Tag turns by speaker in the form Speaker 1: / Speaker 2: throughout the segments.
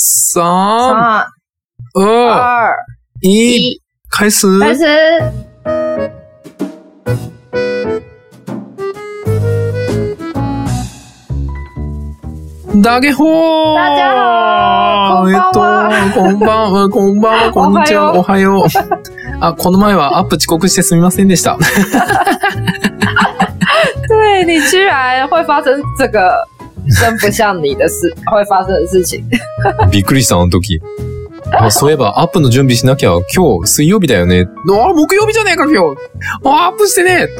Speaker 1: 三、
Speaker 2: 三、
Speaker 1: 二、
Speaker 2: 二、
Speaker 1: 一，
Speaker 2: 一，
Speaker 1: 开始。
Speaker 2: 开始。
Speaker 1: 大家好。
Speaker 2: 大家好こ
Speaker 1: え
Speaker 2: んばんは
Speaker 1: っと、こんばんは、こんばんは、こんにちは、お
Speaker 2: お
Speaker 1: はよう。あ、この前はアップ遅刻してすみませんでした。
Speaker 2: 对你居然会发生这个真不像你的事， 会发生的事情。
Speaker 1: びっくりした、あの時。あそういえば、アップの準備しなきゃ、今日、水曜日だよね。あ、木曜日じゃねえか、今日。あ、アップしてね。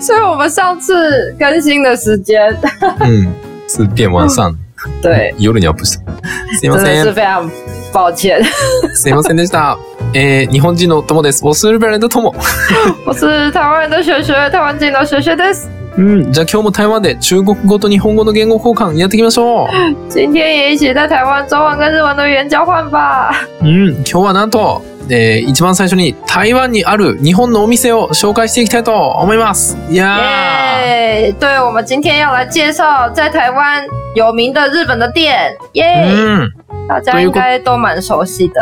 Speaker 2: 所以我们上次更新的时间，
Speaker 1: うん。すっぴん、ワンさん。
Speaker 2: 对，
Speaker 1: 夜にアップした。すいま
Speaker 2: 真
Speaker 1: せん
Speaker 2: 的是。非常抱歉。
Speaker 1: すいませんでした。えー、日本人の友です。我是日本人的友。
Speaker 2: 我是台湾人的学学，台湾进的学学的。
Speaker 1: うん。じゃあ今日も台湾で中国語と日本語の言語交換やっていきまし ょう。
Speaker 2: 今天也一起在台湾中文跟日文的语言交换吧。
Speaker 1: うん。今日はなんと、えー、一番最初に台湾にある日本のお店を紹介していきたいと思います。いや
Speaker 2: 耶！对，我们今天要来介绍在台湾有名的日本的店，耶、
Speaker 1: ー。うん。
Speaker 2: 大家应该都蛮熟悉的。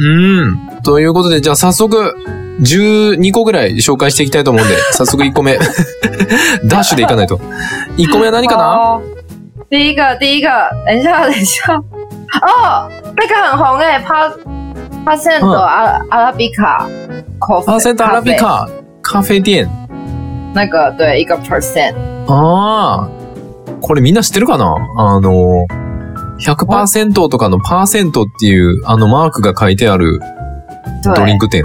Speaker 1: うん。ということで、じゃあ早速、12個ぐらい紹介していきたいと思うん で、早速1個目。ダッシュでいかないと。1個目は何か な
Speaker 2: 哦，第一个，第一个，等一下， 等一下。哦，那个很红哎、帕帕森的阿阿拉比卡，
Speaker 1: パーセントアラビカ、カフェディエン。
Speaker 2: 那个对一个 percent，
Speaker 1: ああ。これみんな知ってるかなあの、100%とかのパーセントっていう、あのマークが書いてあるドリン
Speaker 2: 对，
Speaker 1: ク店。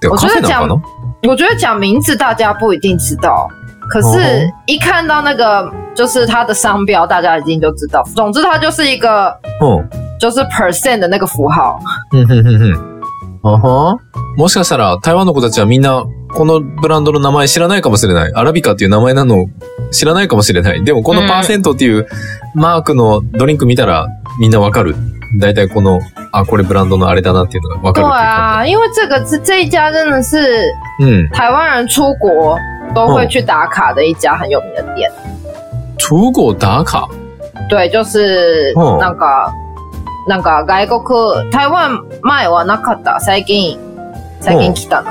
Speaker 1: てか
Speaker 2: お
Speaker 1: カフェなのか
Speaker 2: 我觉得讲名字大家不一定知道，可
Speaker 1: 哦
Speaker 2: 是，一看到那个就是它的商标，大家一定就知道。总之，它就是一个
Speaker 1: なうん。
Speaker 2: 就是 percent 的那个符号。
Speaker 1: ふんふんふんふんあはもしかしたら台湾の子たちはみんなこのブランドの名前知らないかもしれない。アラビカっていう名前なの知らないかもしれない。でもこの
Speaker 2: うん
Speaker 1: パーセントっていうマークのドリンク見たらみんなわかる。だいたいこの、あ、これブランドのあれだなっていうのがわか
Speaker 2: 对
Speaker 1: るっ
Speaker 2: 啊，因为这个这这一家真的是
Speaker 1: ていう感
Speaker 2: 台湾人出国都会去打卡的一家很有名的店。
Speaker 1: じ。うん。中国打卡
Speaker 2: 对，就是
Speaker 1: 哦
Speaker 2: 那个、那个外国台湾前はなかった。最近最近来たの。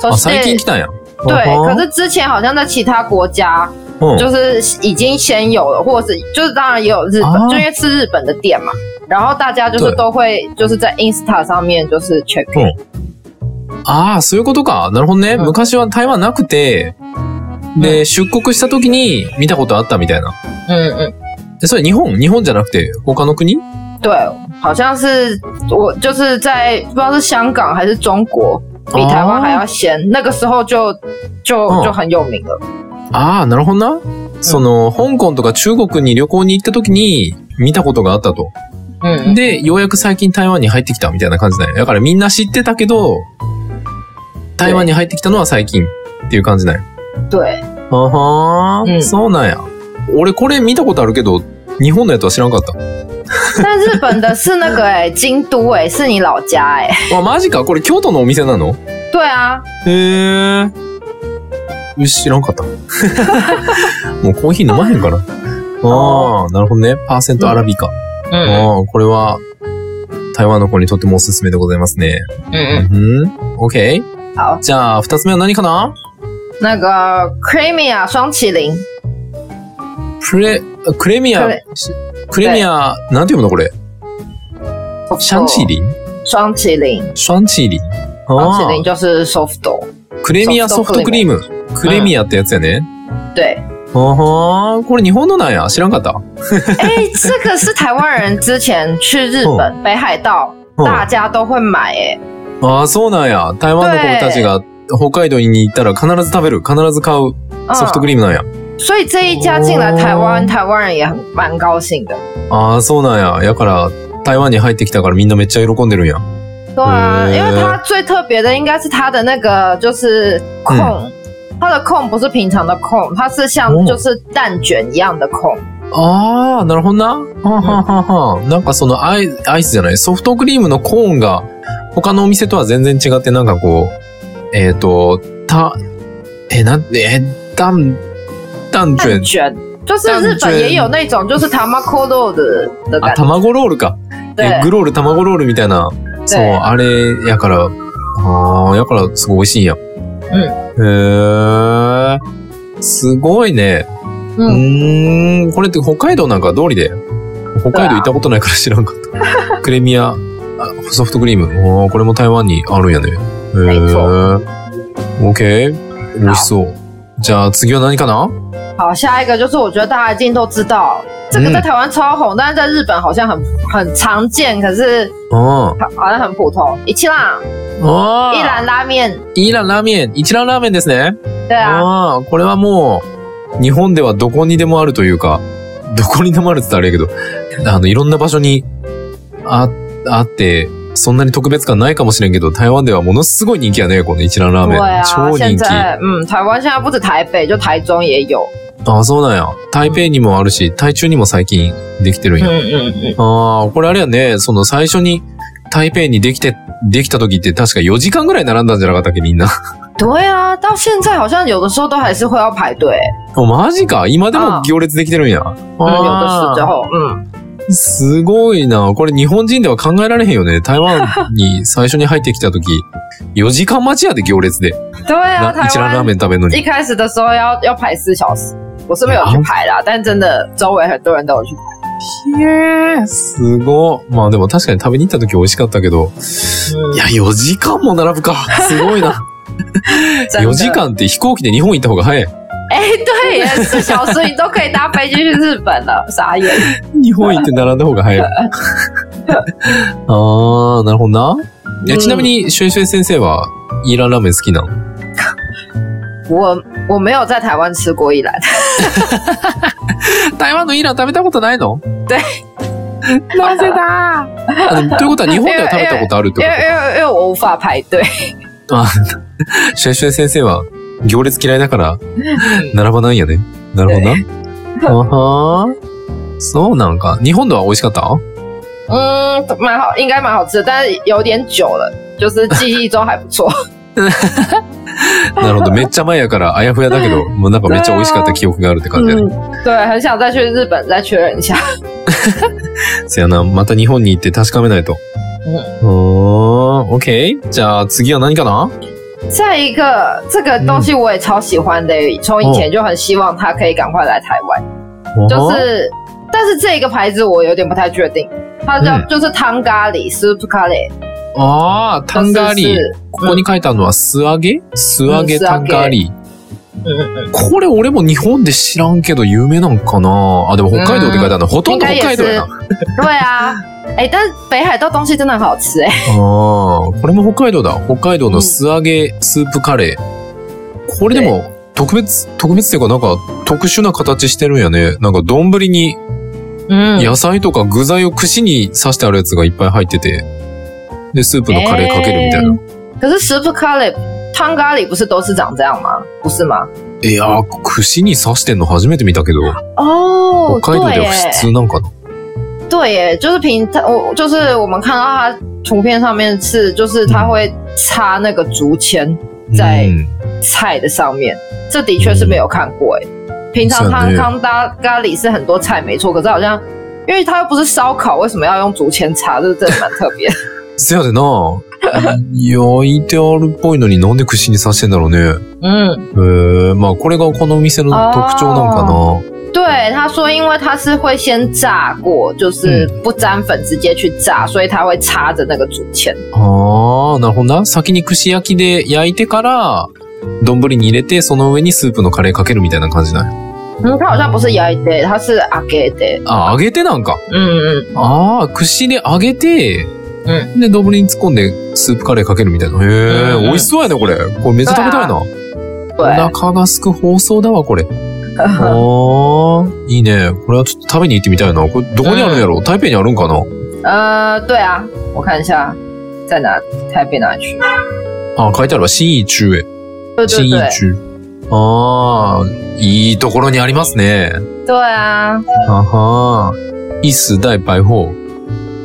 Speaker 2: そ
Speaker 1: あ、哦
Speaker 2: し
Speaker 1: 最近哦
Speaker 2: て
Speaker 1: 来たんや。
Speaker 2: 对，
Speaker 1: あは
Speaker 2: 可是之前好像在其他国家
Speaker 1: うん
Speaker 2: 就是已经先有了，或者是就是当然也有日本，
Speaker 1: 啊
Speaker 2: 就因为是日本的店嘛。然后大家就是
Speaker 1: 对
Speaker 2: 都会
Speaker 1: 哦
Speaker 2: 就是在 Insta 上面就是 check in，、
Speaker 1: 嗯ああ、そういうことか。なるほどね。
Speaker 2: うん
Speaker 1: 昔は台湾なくて、で、出国した時に見たことあったみたいな。
Speaker 2: 嗯嗯
Speaker 1: えそれ日本日本じゃなくて他の国
Speaker 2: 对，好像是我就是在不知道是香港还是中国，比台湾还要先。
Speaker 1: 哦
Speaker 2: 那个时候就就、
Speaker 1: 嗯
Speaker 2: 就很有名了。
Speaker 1: ああ、なるほどな。その、香港とか中国に旅行に行った時に見たことがあったと。
Speaker 2: 嗯，
Speaker 1: で、ようやく最近台湾に入ってきたみたいな感じだよ。だからみんな知ってたけど、台湾に入ってきたのは最近っていう感じだよ。
Speaker 2: 对，
Speaker 1: あはー、
Speaker 2: うん
Speaker 1: そうなんや。俺これ見たことあるけど、日本のやつは知らんかった。
Speaker 2: 但日本的是那个哎、京都哎、是你老家哎、
Speaker 1: あ、マジかこれ京都のお店なの
Speaker 2: 对啊，
Speaker 1: へえ。うし知らんかった。 もうコーヒー飲まへんから。ああ、なるほどね。パーセントアラビカ。
Speaker 2: 嗯
Speaker 1: ああ、これは、台湾の子にとってもおすすめでございますね。
Speaker 2: 嗯嗯，
Speaker 1: うん。OK。
Speaker 2: 好，
Speaker 1: じゃあ、二つ目は何かな
Speaker 2: 那个 Creamy 啊，双麒麟，
Speaker 1: プレ、クレミア
Speaker 2: クレ、
Speaker 1: クレミア、なんて読むのこれ。
Speaker 2: 不错
Speaker 1: シャンチーリン
Speaker 2: 双麒麟，
Speaker 1: シャンチーリン。
Speaker 2: 双麒麟
Speaker 1: あ
Speaker 2: 就是 Softo，
Speaker 1: あ、クレミアソフトクリーム。クレミアってやつやね。
Speaker 2: 对，
Speaker 1: あはーこれ日本のなんや。知らんかった。
Speaker 2: 哎、这个是台湾人之前去日本、北海道，
Speaker 1: うん
Speaker 2: 大家都会买哎、
Speaker 1: ああ、そうなんや。台湾の子たちが北海道に行ったら必ず食べる。必ず買う
Speaker 2: 嗯
Speaker 1: ソフトクリームなんや。
Speaker 2: 所以这一家进来台湾，
Speaker 1: 哦
Speaker 2: 台湾人也很蛮高兴的。
Speaker 1: ああ、そうなんや。やから、台湾に入ってきたからみんなめっちゃ喜んでるんや。
Speaker 2: 对啊，
Speaker 1: 嗯
Speaker 2: 因为它最特别的应该是它的那个就是控，它的控不是平常的控，它是像
Speaker 1: 哦
Speaker 2: 就是蛋卷一样的控。
Speaker 1: ああ、なるほどな。はあはあはあはあなんかそのアイアイスじゃない、ソフトクリームのコーンが他のお店とは全然違ってなんかこう、えっ、と、た、え、なんて、え、ダン、ダンジュン、
Speaker 2: 蛋卷，啊就是日本也有那种就是タマコロール的
Speaker 1: あ、
Speaker 2: 感觉，
Speaker 1: 卵ロールか。
Speaker 2: 对
Speaker 1: エッグロール、卵ロールみたいな。そう、
Speaker 2: 对
Speaker 1: あれ、やから、あーやから、すごい美味しいんや。うん。へー。すごいね。うー
Speaker 2: 嗯，
Speaker 1: ん、これって北海道なんか通りで。北海道行ったことないから知らんかった。 クレミア、あソフトクリーム。あーこれも台湾にあるんやね。へ
Speaker 2: い
Speaker 1: ー。OK。美味しそう。じゃあ次は何かな
Speaker 2: 好，下一个就是我觉得大家一定都知道，这个
Speaker 1: 嗯
Speaker 2: 在台湾超红，但是在日本好像很很常见，可是
Speaker 1: あ
Speaker 2: 好好像很普通。一七浪
Speaker 1: ーあー。
Speaker 2: 一兰拉面，
Speaker 1: イランラーメン。一蘭ラーメンですね。
Speaker 2: 对啊，
Speaker 1: ああ、これはもう、日本ではどこにでもあるというか、どこにでもあるって言ったらあれやけど、あの、いろんな場所にあ、あって、そんなに特別感ないかもしれんけど、台湾ではものすごい人気やね、この一蘭ラーメ
Speaker 2: 对
Speaker 1: ン。
Speaker 2: 啊，
Speaker 1: 超
Speaker 2: 现
Speaker 1: 人気。あ
Speaker 2: 在嗯，台湾现在不止台北，就台中也有，
Speaker 1: あ、そうなんや。台北にもあるし、台中にも最近できてるん
Speaker 2: 嗯
Speaker 1: や。
Speaker 2: 嗯嗯，
Speaker 1: ああ、これあれやね、その最初に台北にできて、できた時って確か4時間ぐらい並んだんじゃなかったっけ、みんな。
Speaker 2: 对啊，到现在好像有的时候都还是会要排队，
Speaker 1: おマジか今でも行列できてるんや。
Speaker 2: 嗯，
Speaker 1: あ
Speaker 2: 有
Speaker 1: ー
Speaker 2: 的是之后，嗯，
Speaker 1: すごいな。これ日本人では考えられへんよね。台湾に最初に入ってきた時、4時間待ちやで行列で。
Speaker 2: 对
Speaker 1: な
Speaker 2: 啊，台
Speaker 1: 一蘭ラー
Speaker 2: 湾
Speaker 1: メン食べるの
Speaker 2: 一
Speaker 1: に。
Speaker 2: 开始的时候要要排四小时，我是没有去排啦，但真的周围很多人都有去排。
Speaker 1: すごい。まあでも確かに食べに行った時美味しかったけど。いや、4時間も並ぶか。すごいな。
Speaker 2: 真的
Speaker 1: 4時間って飛行機で日本行った方が早い。
Speaker 2: 哎、对耶，四小时你都可以搭飞机去日本了， 傻眼。
Speaker 1: 日本行って並んだ方が早い。あー、なるほどな。いや
Speaker 2: うん
Speaker 1: ちなみに、シュエシュエ先生は、イーランラーメン好きなの
Speaker 2: 我我没有在台湾吃过一兰，
Speaker 1: 台湾のイーラン食べたこと ないの
Speaker 2: 对。
Speaker 1: なぜだあのということは日本では食べたことあるってこ
Speaker 2: 因为因为因为我无法排队。
Speaker 1: とあ、シュエシュエ先生は行列嫌いだから、並ばないんやね。なるほどな。 あはーそうなんか。日本では美味しかった
Speaker 2: 嗯，蛮好，应该蛮好吃的，但是有点久了，就是记忆中还不错。
Speaker 1: なるほど。めっちゃ前やから、あやふやだけど、もうなんかめっちゃ美味しかった記憶があるって感じやね。
Speaker 2: 嗯，对，很想再去日本再确认一下。
Speaker 1: せやな。また日本に行って確かめないと。うーん。オッケー。じゃあ次は何かな
Speaker 2: 再一个，这个东西我也超喜欢的，从以前就很希望它可以赶快来台湾。就是，但是这个牌子我有点不太确定，它叫、
Speaker 1: 嗯
Speaker 2: 就是汤咖喱 soup 咖喱，
Speaker 1: ああ、タンガーリー。ここに書いてあるのは素揚げ素揚げ
Speaker 2: うん素揚げ
Speaker 1: タンガーリー。
Speaker 2: 嗯嗯嗯，
Speaker 1: これ俺も日本で知らんけど有名なんかなあ、でも北海道って書いてあるの。ほとんど北海道やな。あ
Speaker 2: 对啊， 哎、但是北海道东西真的很好吃哎、
Speaker 1: あー、これも北海道だ。北海道の素揚げスープカレー。これでも特別、特別っていうかなんか特殊な形してるんやね。なんか丼に
Speaker 2: 嗯，
Speaker 1: 野菜とか具材を串に刺してあるやつがいっぱい入ってて。で、スープのカレーかけるみたいな。
Speaker 2: 哎可是 soup 咖喱汤咖喱不是都是长这样吗？不是吗？
Speaker 1: いやー、串に刺してんの初めて見たけど、
Speaker 2: 哦，
Speaker 1: 北海道
Speaker 2: 对
Speaker 1: では
Speaker 2: 耶
Speaker 1: 普，通なんかな。
Speaker 2: 对耶，就是平它我就是我们看到它图片上面是就是它会插那个竹签在
Speaker 1: うん
Speaker 2: 菜的上面，这的确是没有看过哎、平常汤
Speaker 1: 是啊
Speaker 2: 汤搭咖喱是很多菜没错，可是好像因为它又不是烧烤，为什么要用竹签插？这真的蛮特别。
Speaker 1: せやでな。焼いてあるっぽいのになんで串に刺してんだろうね。
Speaker 2: 嗯，
Speaker 1: えー、まあこれがこのお店の特徴なんかな。
Speaker 2: 对，他说因为它是会先炸过，就是不沾粉直接去炸，所以它会插着那个竹签。
Speaker 1: あー、なるほどな。先に串焼きで焼いてから、丼に入れて、その上にスープのカレーかけるみたいな感じだ。
Speaker 2: 嗯，它好像不是 y a d 它是 a g d
Speaker 1: あ、揚げてなんか。
Speaker 2: 嗯嗯，
Speaker 1: あー、串で揚げて、
Speaker 2: う
Speaker 1: で、丼に突っ込んでスープカレーかけるみたいな。へえ、
Speaker 2: うん
Speaker 1: 美味しそうやね、これ。これめっちゃ食べたいな。お
Speaker 2: 对，
Speaker 1: 腹がすく放送だわ、こ れ。ああ、いいね。これはちょっと食べに行ってみたいな。これ、どこにあるんやろ、台北にあるんかな
Speaker 2: 呃，对啊，我看一下在哪，台北哪区？
Speaker 1: あ、書いてあるわ。新一中へ。
Speaker 2: 对对
Speaker 1: 新
Speaker 2: 对
Speaker 1: 一，中。ああ、いいところにありますね。
Speaker 2: 对啊，
Speaker 1: あはー。一世代百貨。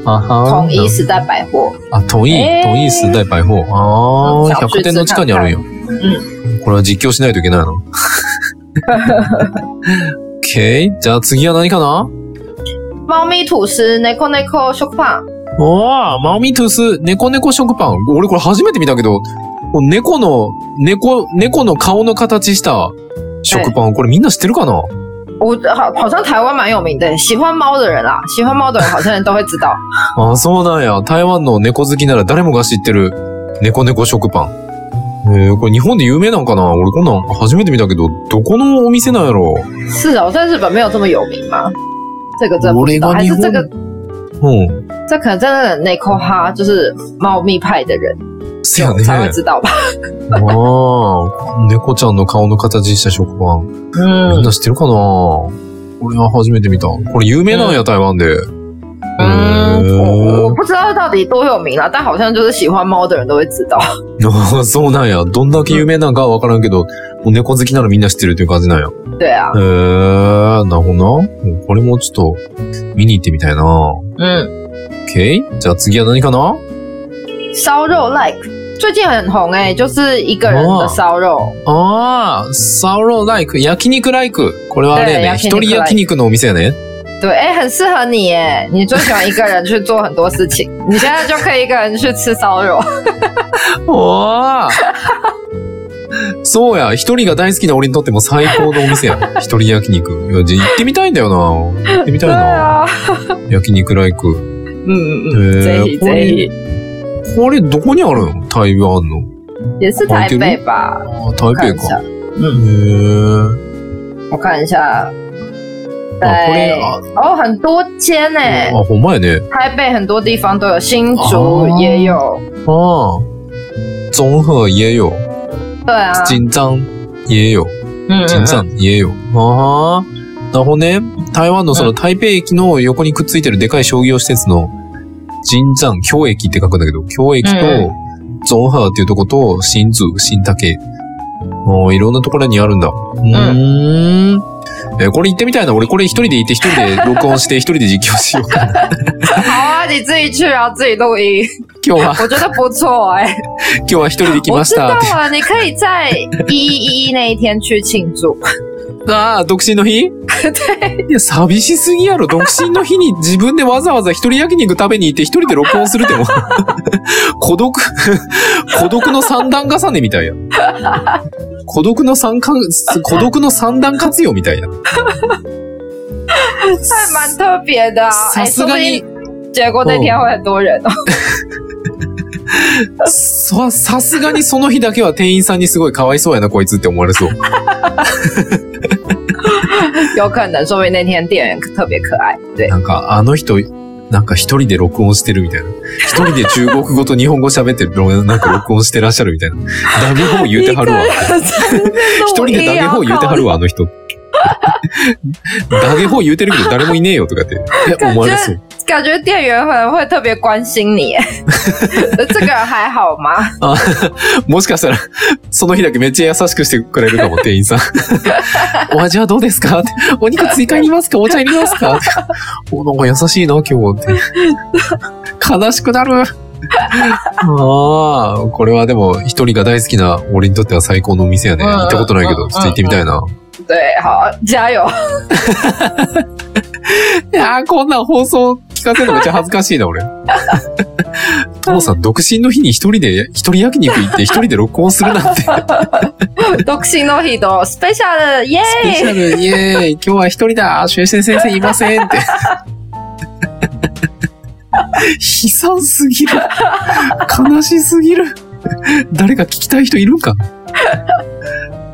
Speaker 1: あは
Speaker 2: 统一时代百货。
Speaker 1: あ、統一、
Speaker 2: えー
Speaker 1: 統一世代百貨。あ
Speaker 2: うん
Speaker 1: あ、
Speaker 2: 小
Speaker 1: 百貨店の地下に あるんよ。これは実況しないといけないの。 OK。じゃあ次は何かな
Speaker 2: 猫咪吐司、猫猫食パン。
Speaker 1: おー、マオミトゥース、猫猫食パン。俺これ初めて見たけど、この猫の、猫、猫の顔の形した食パン、これみんな知ってるかな
Speaker 2: 我好好像台湾蛮有名的，喜欢猫的人啦，喜欢猫的人好像人都会知道。
Speaker 1: あ、そうなんや。台湾の猫好きなら誰もが知ってる、猫猫食パン。えー、これ日本で有名なんかな俺こんなん初めて見たけど、どこのお店なんやろ
Speaker 2: 是哦，在日本没有这么有名吗？这个真不知道，
Speaker 1: 我连
Speaker 2: 还
Speaker 1: 个
Speaker 2: 是
Speaker 1: 霓虹
Speaker 2: 这个うん。这可能真的内扣哈，就是猫咪派的人
Speaker 1: せやね。
Speaker 2: 才会知道吧？
Speaker 1: ああ、猫ちゃんの顔の形した食パン。みん
Speaker 2: 嗯
Speaker 1: な知ってるかな俺は初めて見た。これ有名なんや、台湾で。へ
Speaker 2: 嗯，我我
Speaker 1: ー
Speaker 2: 不知道到底多有名啊啦，但好像就是喜欢猫的人都会知道。
Speaker 1: あーそうなんや。どんだけ有名なんかはわからんけど、もう猫好きならみんな知ってるっていう感じなんや。へ
Speaker 2: 对啊，
Speaker 1: えー、なるほどな。これもちょっと、見に行ってみたいな。
Speaker 2: 嗯，
Speaker 1: OK? じゃあ次は何かな
Speaker 2: 烧肉 like 最近很红哎、就是一个人
Speaker 1: 哦
Speaker 2: 的烧肉，
Speaker 1: ああ、サウロライク、焼肉ライク。これはあれやね。
Speaker 2: はい
Speaker 1: 一
Speaker 2: 焼肉
Speaker 1: 人焼肉のお店やね。
Speaker 2: 对，哎、很适合你哎、你最喜欢一个人去做很多 事情，你现在就可以一个人去吃烧肉。
Speaker 1: おーそうや、一人が大好きな俺にとっても最高のお店や。一人焼肉。いやじゃあ行ってみたいんだよな。行ってみたい
Speaker 2: 对
Speaker 1: な。
Speaker 2: 啊，
Speaker 1: 焼肉ライク。
Speaker 2: 嗯
Speaker 1: へ
Speaker 2: 嗯，这一
Speaker 1: こ
Speaker 2: 这
Speaker 1: れ
Speaker 2: 一，
Speaker 1: これどこにあるの台湾の。
Speaker 2: 也是台北吧？
Speaker 1: あ台
Speaker 2: 我看
Speaker 1: 北
Speaker 2: 一下
Speaker 1: か。，へ
Speaker 2: 嗯，
Speaker 1: ー
Speaker 2: 我看一下，
Speaker 1: あ、これ
Speaker 2: 对，，哦，很多间呢、
Speaker 1: あ、あほんまやね。
Speaker 2: 台北很多地方都有，新竹
Speaker 1: 哦
Speaker 2: 也有，
Speaker 1: ああ。综合也有。
Speaker 2: 对啊，
Speaker 1: 金山也有。
Speaker 2: 嗯
Speaker 1: 金山也有。ああ。なるほどね。台湾のその
Speaker 2: う
Speaker 1: 台北駅の横にくっついてるでかい商業施設の金山、京駅って書くんだけど、京駅
Speaker 2: う
Speaker 1: と
Speaker 2: ん
Speaker 1: ゾンハーっていうとこと新津、新竹。もういろんなところにあるんだ。うーん。えーこれ行ってみたいな。俺これ一人で行って一人で録音して一人で実況しようかな。
Speaker 2: 好啊，你自己去然后自己录音，
Speaker 1: 今日は、
Speaker 2: 我觉得不错哎、
Speaker 1: 今日は一人で来
Speaker 2: 我
Speaker 1: ま
Speaker 2: 知
Speaker 1: し
Speaker 2: 道
Speaker 1: た。
Speaker 2: 了，你可以在一一一那一天去庆 祝。
Speaker 1: ああ、独身の日いや、寂しすぎやろ。独身の日に自分でわざわざ一人焼肉食べに行って一人で録音するってもう。 孤独、 孤独の三段重ねみたいや。孤独の三か、孤独の三段活用みたいや。
Speaker 2: 还蛮特别的、啊，
Speaker 1: さ
Speaker 2: 哎、
Speaker 1: す
Speaker 2: 说不
Speaker 1: がに
Speaker 2: 定、结果那天会很多人哦。
Speaker 1: さ、さすがにその日だけは店員さんにすごいかわいそうやな、こいつって思われそう。
Speaker 2: 有可能，说不定那天店员特别可爱。对，
Speaker 1: なんか、あの人、なんか一人で録音してるみたいな。一人で中国語と日本語喋ってる、なんか録音してらっしゃるみたいな。ダブ方言うてはるわ。一人でダ
Speaker 2: 啊
Speaker 1: ゲホー言うてはるわ、あの人。ダゲホー言うてるけど誰もいねえよと かって。え、思われそう。
Speaker 2: 感觉店员可能会特别关心你。这个人还好吗？
Speaker 1: あもしかしたら、その日だけめっちゃ優しくしてくれるかも、店員さ ん。お味はどうですかってお肉追加いりますかお茶いりますかってお、なんか優しいな、今日って。悲しくなる。ああ、これはでも、一人が大好きな俺にとっては最高のお店やね。
Speaker 2: うん
Speaker 1: 行ったことないけ
Speaker 2: う
Speaker 1: ど、
Speaker 2: ん
Speaker 1: ちょっと行ってみたいな。
Speaker 2: 对，好，加油。
Speaker 1: いやー、こんなん放送聞かせるのめっちゃ恥ずかしいな、俺。父さん、独身の日に一人で、一人焼肉行って一人で録音するなんて。ス
Speaker 2: 独身の日のスペシャルイエ
Speaker 1: ペシ
Speaker 2: ーイ
Speaker 1: ャル、イエーイ、今日は一人だ、修正先生いませんって。悲惨すぎる。悲しすぎる。誰か聞きたい人いるんか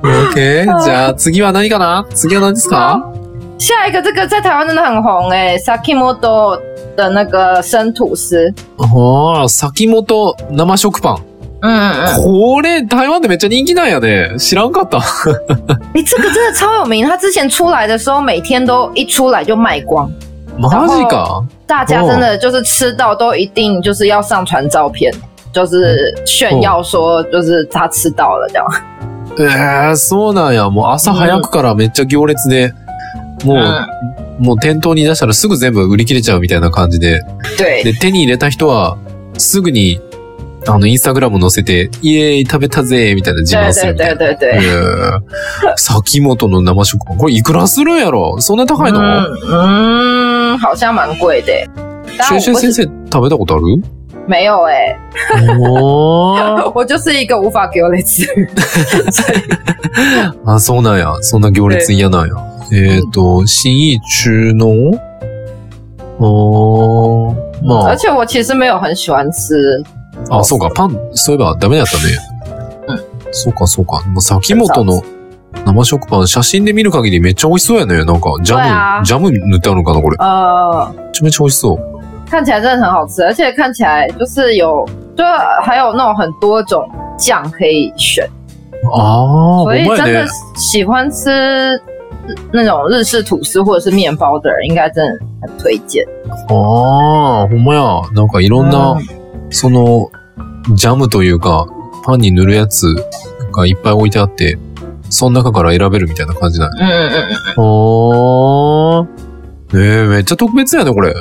Speaker 1: ?OK。じゃあ次は何かな次は何ですか
Speaker 2: 下一个这个在台湾真的很红哎、s a k i m o t o 的那个生吐司。
Speaker 1: ああ、先元生食パン。
Speaker 2: 嗯嗯，
Speaker 1: これ、台湾でめっちゃ人気なん やね。知らんかった。
Speaker 2: 你、这个真的超有名，它之前出来的时候每天都一出来就卖光，
Speaker 1: マジか。
Speaker 2: 大家真
Speaker 1: 哦
Speaker 2: 的就是吃到都一定就是要上传照片，就是炫耀
Speaker 1: 哦
Speaker 2: 说就是他吃到了这样。
Speaker 1: えー、そうなんや。もう朝早くからめっちゃ行列で、もう、
Speaker 2: 嗯，
Speaker 1: もう店頭に出したらすぐ全部売り切れちゃうみたいな感じで。
Speaker 2: 对
Speaker 1: で、手に入れた人は、すぐにあの、インスタグラム載せて、イエーイ食べたぜみたいな自慢する
Speaker 2: 对
Speaker 1: みたい
Speaker 2: 对
Speaker 1: な。え
Speaker 2: 对对对，
Speaker 1: ー、先元の生食パン。これいくらするんやろそんな高いの、
Speaker 2: 嗯嗯，好像蛮贵的。但
Speaker 1: シェイシェ
Speaker 2: 我
Speaker 1: イ
Speaker 2: 不
Speaker 1: 先
Speaker 2: 是
Speaker 1: 生食べたことある
Speaker 2: 没有哎、
Speaker 1: おー
Speaker 2: 我就是一个无法给我类似。
Speaker 1: あ、そうなんや。そんな行列嫌なんや。えっ、ー、と、新意中の、おー、
Speaker 2: 而
Speaker 1: ま
Speaker 2: 且我其实没有很喜欢吃，
Speaker 1: あ、あ、そうか、パン、そういえばダメだったね。そうか、そうか。もう先元の生食パン、写真で見る限りめっちゃ美味しそうやね。なんか、ジ
Speaker 2: そう
Speaker 1: ャ
Speaker 2: や
Speaker 1: ム、ジャム塗ってあるのかな、これ。
Speaker 2: 呃，
Speaker 1: めちゃめちゃ美味しそう。
Speaker 2: 看起来真的很好吃，而且看起来就是有，就还有那种很多种酱可以选，
Speaker 1: あー、
Speaker 2: 所以
Speaker 1: うまい
Speaker 2: 真
Speaker 1: ね
Speaker 2: 的。喜欢吃那种日式吐司或者是面包的人，应该真的很推荐。
Speaker 1: ああ、ほんまや。なんかいろんな、その、ジャムというか、パンに塗るやつがいっぱい置いてあって、その中から選べるみたいな感じだね。
Speaker 2: 嗯嗯
Speaker 1: あ
Speaker 2: 嗯，
Speaker 1: あ。ええめっちゃ特別やね、これ。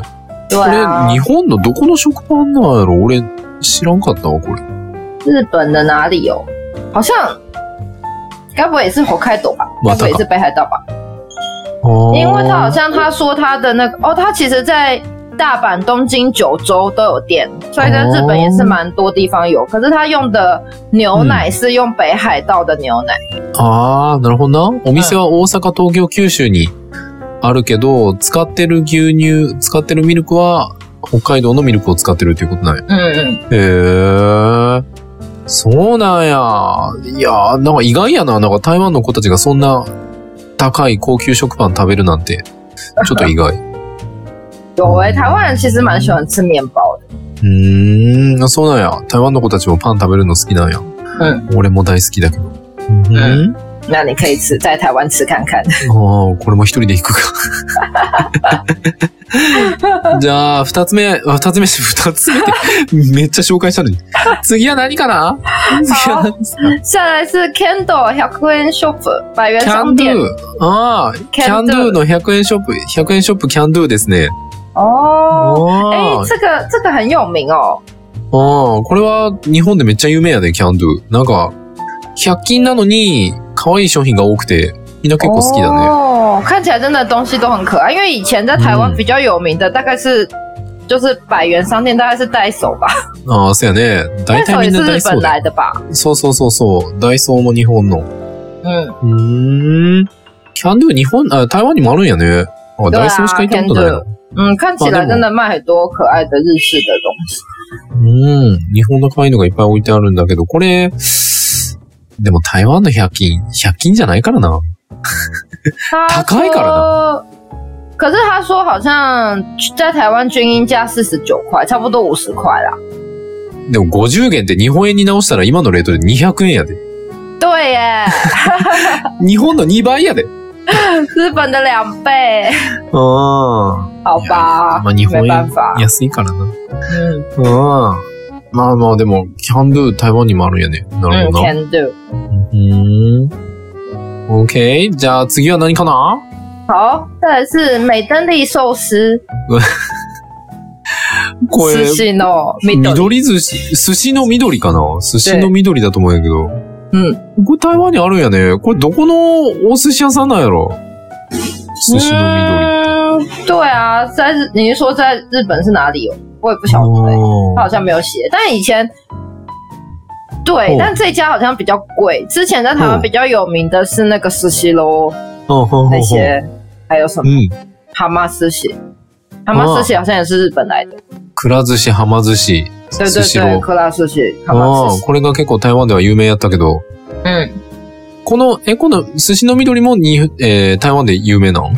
Speaker 2: 对
Speaker 1: これ
Speaker 2: 啊，，
Speaker 1: 日本のどこの食パンなんやろ俺、知らんかったわ、これ。
Speaker 2: 日本的哪里有？好像该不会也是火开斗吧？
Speaker 1: 哇
Speaker 2: 该不会也是北海道吧？因为他好像他说他的那个哦，他其实在大阪、东京、九州都有店，所以跟日本也是蛮多地方有。可是他用的牛奶是用北海道的牛奶，
Speaker 1: ああ、なるほどな。お店は大阪、東京、九州にあるけど、使ってる牛乳、使ってるミルクは、北海道のミルクを使ってるっていうことなんや。
Speaker 2: 嗯嗯，
Speaker 1: へえ。そうなんや。いやー、なんか意外やな。なんか台湾の子たちがそんな高い高級食パン食べるなんて、ちょっと意外。う
Speaker 2: 有诶、台湾人其实蛮喜欢吃面包的，
Speaker 1: ーん、そうなんや。台湾の子たちもパン食べるの好きなんや。
Speaker 2: う
Speaker 1: 俺も大好きだけど。うん、
Speaker 2: ん嗯那你可以吃在台湾吃看看。
Speaker 1: あ あ、これも一人で行く か。じゃあ、二つ目、あ二つ目、二つ目って、めっちゃ紹介したのに。次は何かな次は何ですか
Speaker 2: 下来是 Candle 100円ショップ百元
Speaker 1: キャ
Speaker 2: 商
Speaker 1: ンド
Speaker 2: 店
Speaker 1: ゥ。ああ、キャンドゥの100円ショップ、100円ショップキャンドゥですね。
Speaker 2: 哦，哎、
Speaker 1: ああ、
Speaker 2: 这个这个很有名哦。
Speaker 1: ああこれは日本でめっちゃ有名やね、キャンドゥ。なんか、100均なのに、可愛い商品が多くて、みんな結構好きだね。
Speaker 2: 哦，看起来真的东西都很可爱，因为以前在台湾
Speaker 1: 嗯
Speaker 2: 比较有名的大概是。就是百元商店大概是代手吧，
Speaker 1: ああ、そうやね。
Speaker 2: 代
Speaker 1: 大 体
Speaker 2: 手也
Speaker 1: みん
Speaker 2: 是
Speaker 1: なダ
Speaker 2: 日
Speaker 1: イソ
Speaker 2: 本
Speaker 1: ーだ
Speaker 2: 来
Speaker 1: よ。
Speaker 2: 哎的吧？
Speaker 1: そうそうそうそう。ダイソーも日本の。
Speaker 2: 嗯，
Speaker 1: うーん。キャンドゥ日本、あ、台湾にもあるんやね。あ、
Speaker 2: 对
Speaker 1: ダイソーしか行
Speaker 2: 啊
Speaker 1: ったことないの
Speaker 2: ，Candle。。嗯，看起来真的卖很多可爱的日式的东西。
Speaker 1: うん。日本の可愛いのがいっぱい置いてあるんだけど、これ、でも台湾の100均、100均じゃないからな。
Speaker 2: 他
Speaker 1: 高いから
Speaker 2: 说，可是他说好像在台湾均应价四十九块，差不多五十块啦。
Speaker 1: でも50元って日本円に直したら今のレートで200円やで。
Speaker 2: 对耶，
Speaker 1: 日本の2倍やで。
Speaker 2: 日本的两倍，
Speaker 1: あ
Speaker 2: 好吧
Speaker 1: まあ日，本
Speaker 2: 没办
Speaker 1: 円
Speaker 2: 法。
Speaker 1: 安いからな。
Speaker 2: 嗯
Speaker 1: うん。まあまあでも、キャンドゥ台湾にもあるんやね。なるほ
Speaker 2: 嗯
Speaker 1: どな。
Speaker 2: ，Can do。
Speaker 1: うん。OK。じゃあ次は何かな
Speaker 2: 好，再来是美登利寿司，
Speaker 1: これ
Speaker 2: 寿、司の美登利。
Speaker 1: 緑寿司、寿司の緑かな寿司の緑だと思うんやけど。
Speaker 2: 嗯，
Speaker 1: これ台湾にあるんやね。これどこのお寿司屋さんなんやろ寿司の緑。
Speaker 2: 嗯，对啊，在日，你是说在日本是哪里有？我也不晓
Speaker 1: 哦
Speaker 2: 得、欸，
Speaker 1: お
Speaker 2: 他
Speaker 1: ー
Speaker 2: 好像没有写。但以前，
Speaker 1: 哦
Speaker 2: 对，但这家好像比较贵。之前在台
Speaker 1: 哦
Speaker 2: 湾比较有名的是那个寿司喽，
Speaker 1: ほうほうほ
Speaker 2: 那
Speaker 1: うほう
Speaker 2: 些还有什
Speaker 1: う
Speaker 2: 么
Speaker 1: ん。
Speaker 2: 蛤蟆寿司，蛤蟆寿司好像也是日本来的。
Speaker 1: くら寿司、はま寿司。
Speaker 2: 对
Speaker 1: 寿
Speaker 2: 对
Speaker 1: 司
Speaker 2: 对，
Speaker 1: 郎。
Speaker 2: 克拉寿司、蛤蟆
Speaker 1: あ
Speaker 2: 寿
Speaker 1: あ、
Speaker 2: 司，
Speaker 1: これが結構台湾では有名やったけど。
Speaker 2: 嗯，
Speaker 1: この、え、この寿司の緑もに、えー台湾で有名なの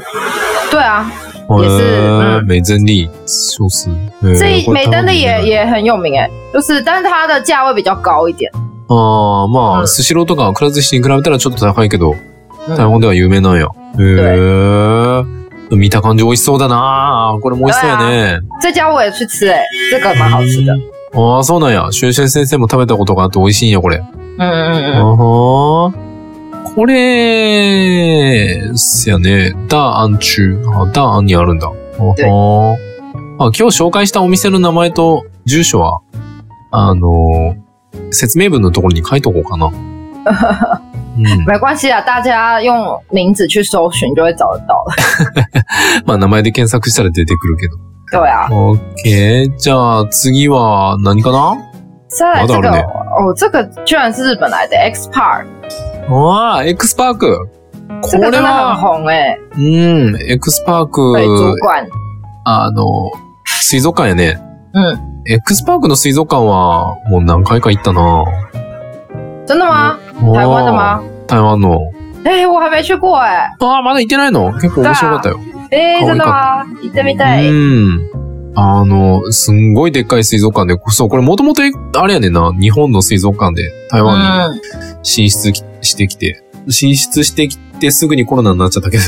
Speaker 2: 对啊，
Speaker 1: へ
Speaker 2: 也是
Speaker 1: ー
Speaker 2: うん
Speaker 1: 美珍利、寿司。へー
Speaker 2: 这
Speaker 1: これ
Speaker 2: 美登利
Speaker 1: 台湾で有名なの
Speaker 2: 也也很有名哎、就是，但是它的价位比较高一点。
Speaker 1: ああ、まあ、
Speaker 2: うん
Speaker 1: スシローとかくら寿司に比べたらちょっと高いけど、
Speaker 2: うん
Speaker 1: 台湾では有名なんや。へえ。見た感じ美味しそうだなこれも美味しそうやね。
Speaker 2: 这家我也去吃哎、这个蛮好吃的。
Speaker 1: ああ、そうなんや。シュウシュウ先生も食べたことがあって美味しいんや、これ。
Speaker 2: 嗯嗯
Speaker 1: あ
Speaker 2: 嗯
Speaker 1: はーこれ、すやね。ダーアン中。あ、ダーアンにあるんだ。あはーあ、今日紹介したお店の名前と住所は
Speaker 2: 嗯。
Speaker 1: あのー説明文のところに書いとこうか な。うん、
Speaker 2: 没关系啊，大家用名字去搜寻就会找得到了。
Speaker 1: まあ名前で検索したら出てくるけど。
Speaker 2: 对啊，
Speaker 1: OK。じゃあ次は何かな
Speaker 2: 再来这
Speaker 1: 我
Speaker 2: 个
Speaker 1: 懂了
Speaker 2: 哦，这个居然是日本来的 X Park，
Speaker 1: わあ、X パーク。こ
Speaker 2: 这
Speaker 1: れ
Speaker 2: 个真的很
Speaker 1: は、
Speaker 2: 红哎、
Speaker 1: うん、X パー
Speaker 2: 对，主
Speaker 1: ク、
Speaker 2: 管，
Speaker 1: あの、水族館やね。
Speaker 2: 嗯，
Speaker 1: X パークの水族館は、もう何回か行ったな。
Speaker 2: 真的吗？台湾的吗？
Speaker 1: 台湾の。
Speaker 2: 哎、我还没去过哎、
Speaker 1: ああ、まだ行ってないの結構面白かったよ。
Speaker 2: 哎、
Speaker 1: 可
Speaker 2: 真
Speaker 1: 以可
Speaker 2: 的
Speaker 1: 以
Speaker 2: 吗？你这边
Speaker 1: 嗯う
Speaker 2: 在
Speaker 1: ん。あの、すんごいでっかい水族館で、そう、これもともと、あれやねんな、日本の水族館で台湾
Speaker 2: 嗯，
Speaker 1: に進出きしてきて、進出してきてすぐにコロナになっちゃったけど。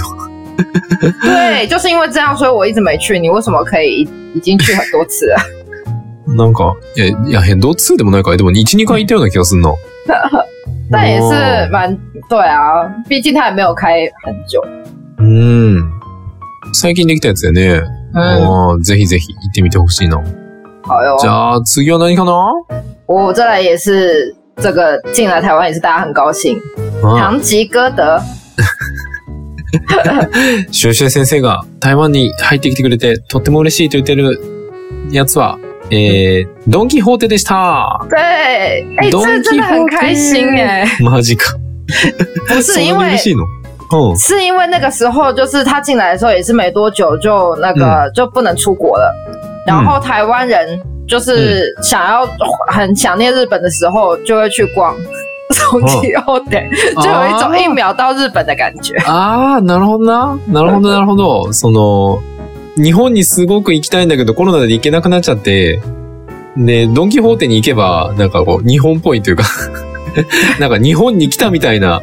Speaker 2: 对，就是因为这样，所以我一直没去。你为什么可以已经去很多次
Speaker 1: 哦
Speaker 2: 了？
Speaker 1: なんか、いや、いや、変動2でもないから、でも1、2回行ったような気がすんな。
Speaker 2: 但也是
Speaker 1: おー
Speaker 2: 蛮对啊，毕竟它也没有开很久。
Speaker 1: うん。最近できたやつやね。
Speaker 2: 嗯，
Speaker 1: あーぜひぜひ行ってみてほしいな。
Speaker 2: 好哟。
Speaker 1: じゃあ、次は何かな
Speaker 2: 我再来也是这个进来台湾也是大家很高兴。
Speaker 1: あ
Speaker 2: 堂吉诃德，
Speaker 1: ーシュウシュウ先生が台湾に入ってきてくれて、とっても嬉しいと言ってるやつは、えー、ドンキホーテでした。
Speaker 2: 对，哎、
Speaker 1: Don
Speaker 2: 这真的很
Speaker 1: Quixote
Speaker 2: 开心哎、
Speaker 1: マジか。
Speaker 2: 不 是
Speaker 1: そん
Speaker 2: 因
Speaker 1: なに
Speaker 2: 为
Speaker 1: 嬉しいの うん。
Speaker 2: 是因为那个时候，就是他进来的时候也是没多久就那个、
Speaker 1: 嗯
Speaker 2: 就不能出国了，然后台湾人就是
Speaker 1: 嗯
Speaker 2: 想要很想念日本的时候，就会去逛东京后点，
Speaker 1: 哦
Speaker 2: 就有一种一秒到日本的感觉。
Speaker 1: あー、なるほどな。なるほど、なるほど。その、日本にすごく行きたいんだけど、コロナで行けなくなっちゃって、で、ドンキホーテに行けば、なんかこう、日本っぽいというか、 なんか日本に来たみたいな、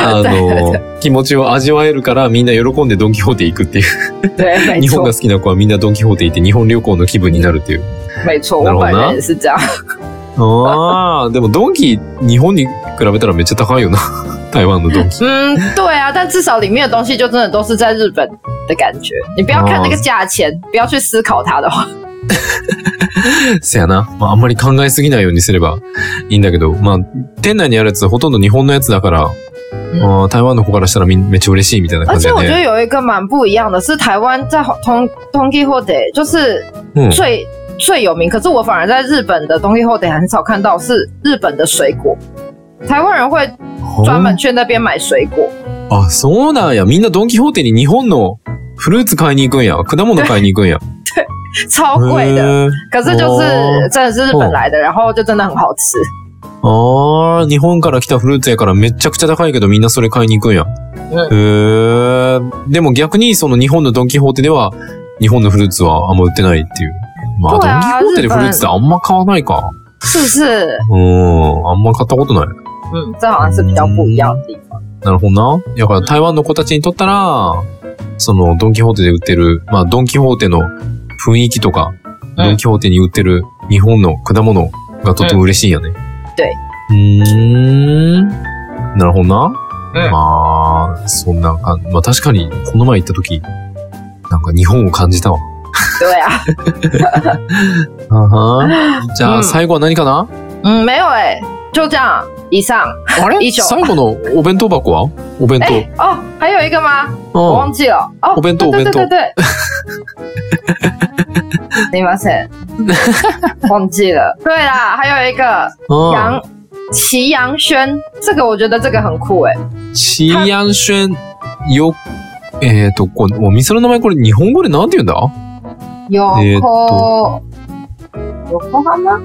Speaker 1: あ の、気持ちを味わえるから、みんな喜んでドンキホーテ行くっていう。
Speaker 2: 对，没
Speaker 1: 日本
Speaker 2: 错
Speaker 1: が，好きな子はみんなドンキホーテ行って日本旅行の気分になるっていう。
Speaker 2: 没错，
Speaker 1: 然后
Speaker 2: 我本人
Speaker 1: 呢
Speaker 2: 也是这样。
Speaker 1: ああ、でもドンキ、日本に比べたらめっちゃ高いよな。 台湾のドンキ。
Speaker 2: 嗯，对啊，但至少里面的东西就真的都是在日本的感觉。你不要看那个价钱，不要去思考它的话。
Speaker 1: せやな。まあ、あんまり考えすぎないようにすればいいんだけど、まあ、店内にあるやつほとんど日本のやつだから、
Speaker 2: ん
Speaker 1: あー台湾の子からしたらみんめっちゃ嬉しいみたいな
Speaker 2: 而
Speaker 1: 感じ
Speaker 2: 且
Speaker 1: だ
Speaker 2: 我觉得
Speaker 1: ね。
Speaker 2: 有一个蛮不一样的是，台湾在通通地或者就是
Speaker 1: うん。
Speaker 2: 最、最有名，可是我反而在日本的东西后得很少看到是日本的水果，台湾人会专门去那边买水果。
Speaker 1: あ、そうなんや。みんなドンキホーテに日本のフルーツ買いに行くんや。果物買いに行く んや。
Speaker 2: 超贵的，
Speaker 1: へー
Speaker 2: 可是就是
Speaker 1: 嗯哦
Speaker 2: 真的是日本来的，然后就真的很好吃。
Speaker 1: あー日本から来たフルーツやからめっちゃくちゃ高いけどみんなそれ買いに行くんや。
Speaker 2: う
Speaker 1: へえ。でも逆にその日本のドンキホーテでは日本のフルーツはあんま売ってないっていう。ま
Speaker 2: そうや
Speaker 1: あドンキホーテでフルーツってあんま買わないか。
Speaker 2: 是不是？
Speaker 1: うん、あんま買ったことない。
Speaker 2: 嗯，这好像是比较不一样的地方。
Speaker 1: なるほどな。だから台湾の子たちにとったら、そのドンキホーテで売ってる、まあドンキホーテの雰囲気とか、
Speaker 2: うん
Speaker 1: ドンキホーテに売ってる日本の果物がとても嬉しいんやね。
Speaker 2: で
Speaker 1: うーん。なるほどな。
Speaker 2: うん
Speaker 1: 嗯まあ、そんな感じ。まあ確かに、この前行った時、なんか日本を感じたわ。
Speaker 2: 对啊，
Speaker 1: あはじゃ
Speaker 2: う
Speaker 1: あ
Speaker 2: ん
Speaker 1: 最後は何かな、
Speaker 2: 嗯，没有哎、就这样。以上，
Speaker 1: あれ
Speaker 2: 以上
Speaker 1: 最後のお弁当箱はお弁
Speaker 2: 哎、哦，还有一个吗？
Speaker 1: 当。
Speaker 2: 我
Speaker 1: う
Speaker 2: 忘
Speaker 1: ん。
Speaker 2: 记了哦，
Speaker 1: 我边读
Speaker 2: 对对
Speaker 1: 我边
Speaker 2: 对对对，你发现忘记了？对啦，还有一个
Speaker 1: うん
Speaker 2: 杨祁阳轩，这个我觉得这个很酷哎、
Speaker 1: シーアンシュンよ、えっ、と、こうお店の名前これ日本語でなんて言うんだ
Speaker 2: 有
Speaker 1: えーっ
Speaker 2: 空有空好吗？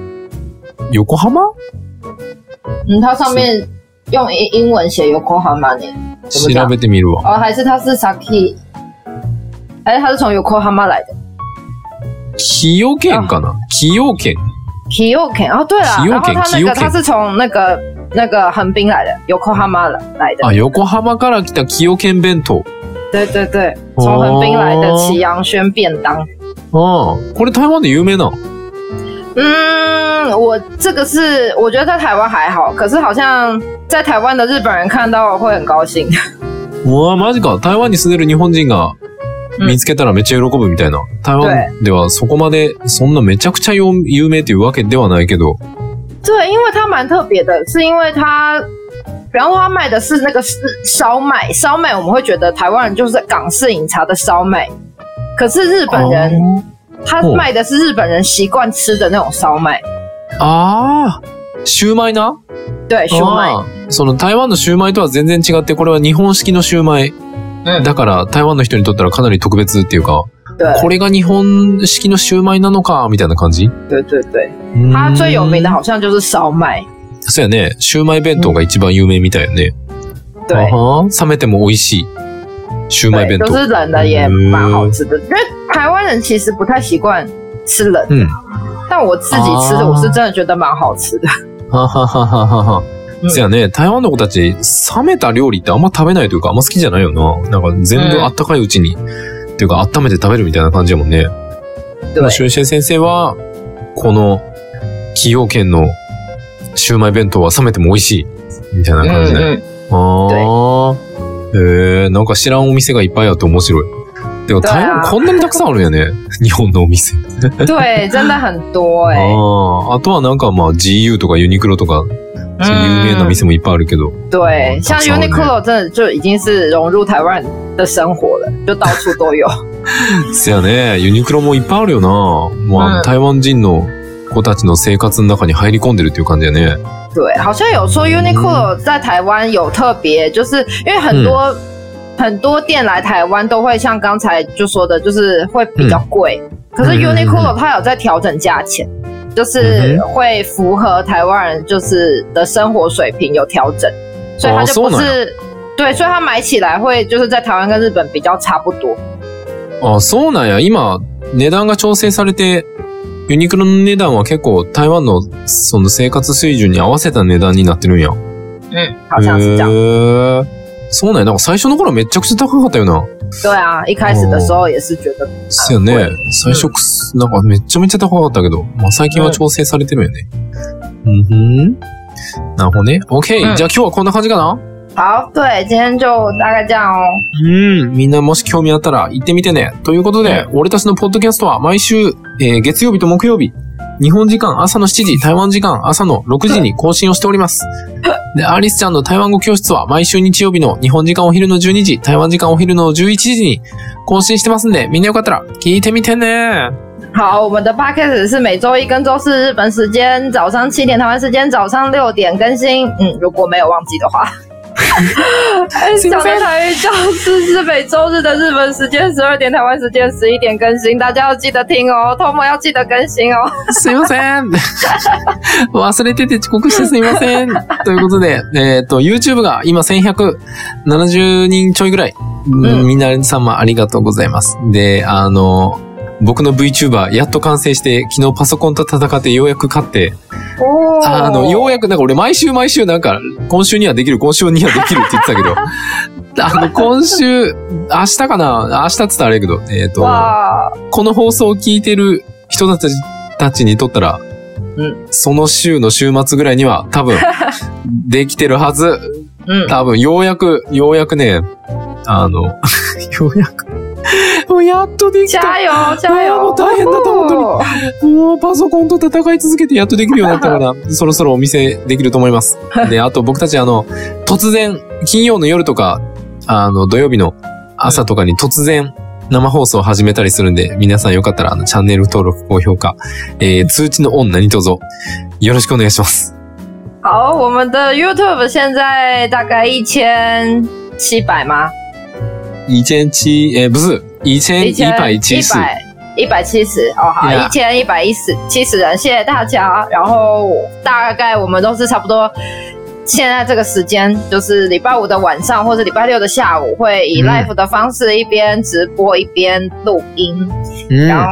Speaker 1: 横浜
Speaker 2: 嗯，它上面用英英文写有空好吗？你知道
Speaker 1: 調べてみるわ。
Speaker 2: 哦，还是它是 Saki？哎，它是从 Yokohama 来的
Speaker 1: 崎陽軒かな崎陽軒
Speaker 2: k y o k e n 哦，对了，
Speaker 1: Kyoken，
Speaker 2: 然后它那个
Speaker 1: Kyoken
Speaker 2: 它是从那个那个横滨来的 Yokohama 来的
Speaker 1: あ、，横浜から来た崎陽軒弁当。
Speaker 2: 对对对，从横滨来的祁阳轩便当。
Speaker 1: ああ、これ台湾で有名な。
Speaker 2: 嗯，我这个是我觉得在台湾还好，可是好像在台湾的日本人看到会很高兴。
Speaker 1: うわマジか。台湾に住んでる日本人が
Speaker 2: うん
Speaker 1: 見つけたらめっちゃ喜ぶみたいな。台湾ではそこまで、そんなめちゃくちゃ有有名っていうわけではないけど。
Speaker 2: 对，因为它蛮特别的，是因为它，比方说它卖的是那个是烧麦，烧麦我们会觉得台湾人就是港式饮茶的烧麦，可是日本人、他
Speaker 1: 哦
Speaker 2: 卖的是日本人习惯吃的那种烧麦，
Speaker 1: ああシューマイな
Speaker 2: 对，烧麦，
Speaker 1: あーその台湾のシューマイとは全然違って、これは日本式のシューマイ。
Speaker 2: 嗯，
Speaker 1: だから台湾の人にとったらかなり特別っていうか、
Speaker 2: 对
Speaker 1: これが日本式のシューマイなのか、みたいな感じ
Speaker 2: 对对对，它
Speaker 1: 他
Speaker 2: 最有名的好像就是烧麦，
Speaker 1: そうやね。シューマイ弁当が一番有名みたいよね。
Speaker 2: 对。
Speaker 1: あはー冷めても美味しい。シューマイ弁
Speaker 2: 对，
Speaker 1: 当。
Speaker 2: 都是冷的，也蛮好吃的。因为台湾人其实不太习惯吃冷的，
Speaker 1: 嗯
Speaker 2: 但我自己吃的，
Speaker 1: 啊
Speaker 2: 我是真的觉得蛮好吃的。
Speaker 1: はははははは。
Speaker 2: うん
Speaker 1: せやね、台湾の子たち、冷めた料理ってあんま食べないというか、あんま好きじゃないよな。なんか全部
Speaker 2: うん
Speaker 1: あったかいうちに、っていうか温めて食べるみたいな感じやもんね。でも、
Speaker 2: 对
Speaker 1: シュウシェイ先生は、この、崎陽軒のシューマイ弁当は冷めても美味しい。みたいな感じね。
Speaker 2: 嗯
Speaker 1: ああ。へえ、なんか知らんお店がいっぱいあって面白い。でも
Speaker 2: だよ
Speaker 1: 台湾こんなにたくさんあるんやね。 日本のお店。
Speaker 2: 嗯，对，真的很多哎、
Speaker 1: あああとはなんかまあ GU とかユニクロとか、そういう有
Speaker 2: 嗯
Speaker 1: 名な店もいっぱいあるけど。
Speaker 2: 对，像
Speaker 1: 早呢
Speaker 2: Uniqlo 真的就已经是融入台湾人的生活了，就到处都有。
Speaker 1: せやね、ユニクロもいっぱいあるよな。もうあ
Speaker 2: う
Speaker 1: の
Speaker 2: ん
Speaker 1: 台湾人の子たちの生活の中に入り込んでるっていう感じやね。
Speaker 2: 对，好像有说 Uniqlo 在台湾有特别，就是因为很多、
Speaker 1: 嗯
Speaker 2: 很多店来台湾都会像刚才就说的，就是会比较贵。可是
Speaker 1: 嗯嗯嗯
Speaker 2: Uniqlo 它有在调整价钱，就是会符合台湾人就是的生活水平有调整，所以它就
Speaker 1: 哦そ
Speaker 2: 不
Speaker 1: うなん
Speaker 2: 是、对，所以它买起来会就是在台湾跟日本比较差不多。
Speaker 1: あ、そうなんや。今、値段が調整されて、ユニクロの値段は結構台湾のその生活水準に合わせた値段になってるんや。
Speaker 2: 嗯，好像是这样。
Speaker 1: へえそうなんや。なんか最初の頃めちゃくちゃ高かったよな。
Speaker 2: 对啊，一开始的时候也是觉得
Speaker 1: そうやね。最初くす、なんかめっちゃめちゃ高かったけど、まあ最近は調整されてるよね。うんふん。なるほどね。OK、
Speaker 2: うん
Speaker 1: じゃあ今日はこんな感じかな
Speaker 2: 好。对，今天就大概这样哦。
Speaker 1: うん。みんなもし興味あったら行ってみてね。ということで、俺たちのポッドキャストは毎週、えー月曜日と木曜日、日本時間朝の7時、台湾時間朝の6時に更新をしております。で、アリスちゃんの台湾語教室は毎週日曜日の日本時間お昼の12時、台湾時間お昼の11時に更新してますんで、みんなよかったら聞いてみてね。
Speaker 2: 好，我们的 podcast 是每周一跟周四日本时间早上七点，台湾时间早上六点更新。嗯，如果没有忘记的话。哎小电台语教室是每周日的日本时间十二点，台湾时间十一点更新，大家要记得听哦，托梦要记得更新哦。
Speaker 1: すいません。忘れてて遅刻してすいません。ということで、えっ、と、YouTube が今1170人ちょいぐらい。
Speaker 2: ん
Speaker 1: みんな様ありがとうございます。で、あの、僕の VTuber やっと完成して、昨日パソコンと戦ってようやく勝って、
Speaker 2: 哦
Speaker 1: あの、ようやくなんか俺毎週毎週なんか、今週にはできる、今週にはできるって言ってたけど、あの、今週、明日かな明日って言ったらあれやけど、えっ、と、
Speaker 2: 哇，
Speaker 1: この放送を聞いてる人たちたちにとったら、
Speaker 2: うん
Speaker 1: その週の週末ぐらいには多 分、できてるはず。
Speaker 2: 嗯，
Speaker 1: 多分、ようやく、ようやくね、あの、 ようやく、もうやっとできた
Speaker 2: 加油加
Speaker 1: 哎呀
Speaker 2: 油！
Speaker 1: 我答应了他们都もうパソコンと戦い続けてやっとできるようになったから、 そろそろお見せできると思います。で、あと僕たちあの、突然、金曜の夜とか、あの、土曜日の朝とかに突然、生放送を始めたりするんで、皆さんよかったら、あの、チャンネル登録、高評価、えー、通知のオン何卒、よろしくお願いします。
Speaker 2: 好，我们的 YouTube 现在大概一千七百吗？
Speaker 1: 一千七、えー、不是、一千一百七十。
Speaker 2: 一百七十哦，好，
Speaker 1: Yeah
Speaker 2: 一千一百一十七十人，谢谢大家。然后大概我们都是差不多。现在这个时间就是礼拜五的晚上，或是礼拜六的下午，会以
Speaker 1: 嗯
Speaker 2: live 的方式一边直播一边录音。
Speaker 1: うん。
Speaker 2: 然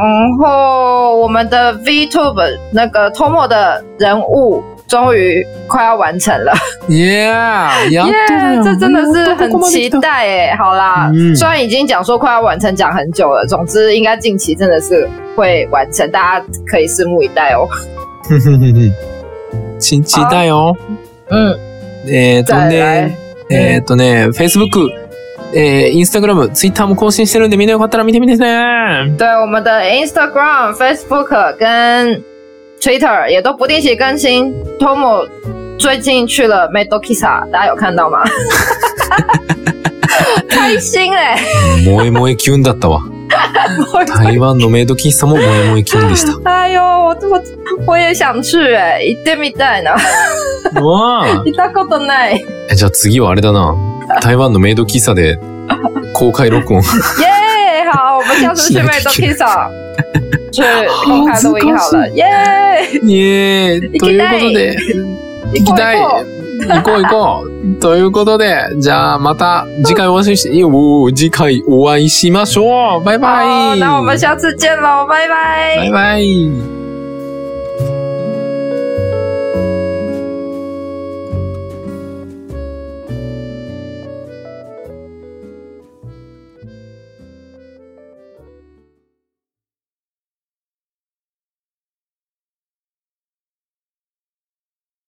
Speaker 2: 后我们的 VTube 那个 Tomo 的人物终于快要完成了。
Speaker 1: イエーイやっとだ
Speaker 2: 耶
Speaker 1: よ
Speaker 2: 这真的是
Speaker 1: やっとこ
Speaker 2: 很
Speaker 1: こまで来
Speaker 2: 期
Speaker 1: た
Speaker 2: 待哎。好啦，
Speaker 1: 嗯
Speaker 2: 虽然已经讲说快要完成讲很久了，总之应该近期真的是会完成，大家可以拭目以待哦。
Speaker 1: ふふふ ふ。ちんちだよ。
Speaker 2: 嗯，
Speaker 1: えー、と
Speaker 2: 再来
Speaker 1: ね、えー、とね、Facebook、えー、インスタグラム、ツイッターも更新してるんで、みんなよかったら見てみてね。
Speaker 2: 对，我们的 Instagram、Facebook 跟 Twitter 也都不定期更新。Tomo 最近去了 Medokisa，大家有看到吗？开心哎、
Speaker 1: 萌え萌えキュンだったわ。台湾のメイド喫茶も萌え萌えキュンでした。
Speaker 2: 哎呦，我我我也想去哎、行ってみた いな。
Speaker 1: わあ
Speaker 2: 行ったことない。イ
Speaker 1: えじゃあ次はあれだな。台湾のメイド喫茶で公開録音。
Speaker 2: 耶！好，我们下次去 Medokisa 去公开录音好了。耶！
Speaker 1: イエーイ
Speaker 2: 行きたい
Speaker 1: ということで、行きたい
Speaker 2: 行こ
Speaker 1: 行こう行こうということで、じゃあまた次回お会いし、いやおー次回お会いしましょうバイバ
Speaker 2: 好，
Speaker 1: イ
Speaker 2: 那我们下次见喽，拜拜
Speaker 1: バイバイ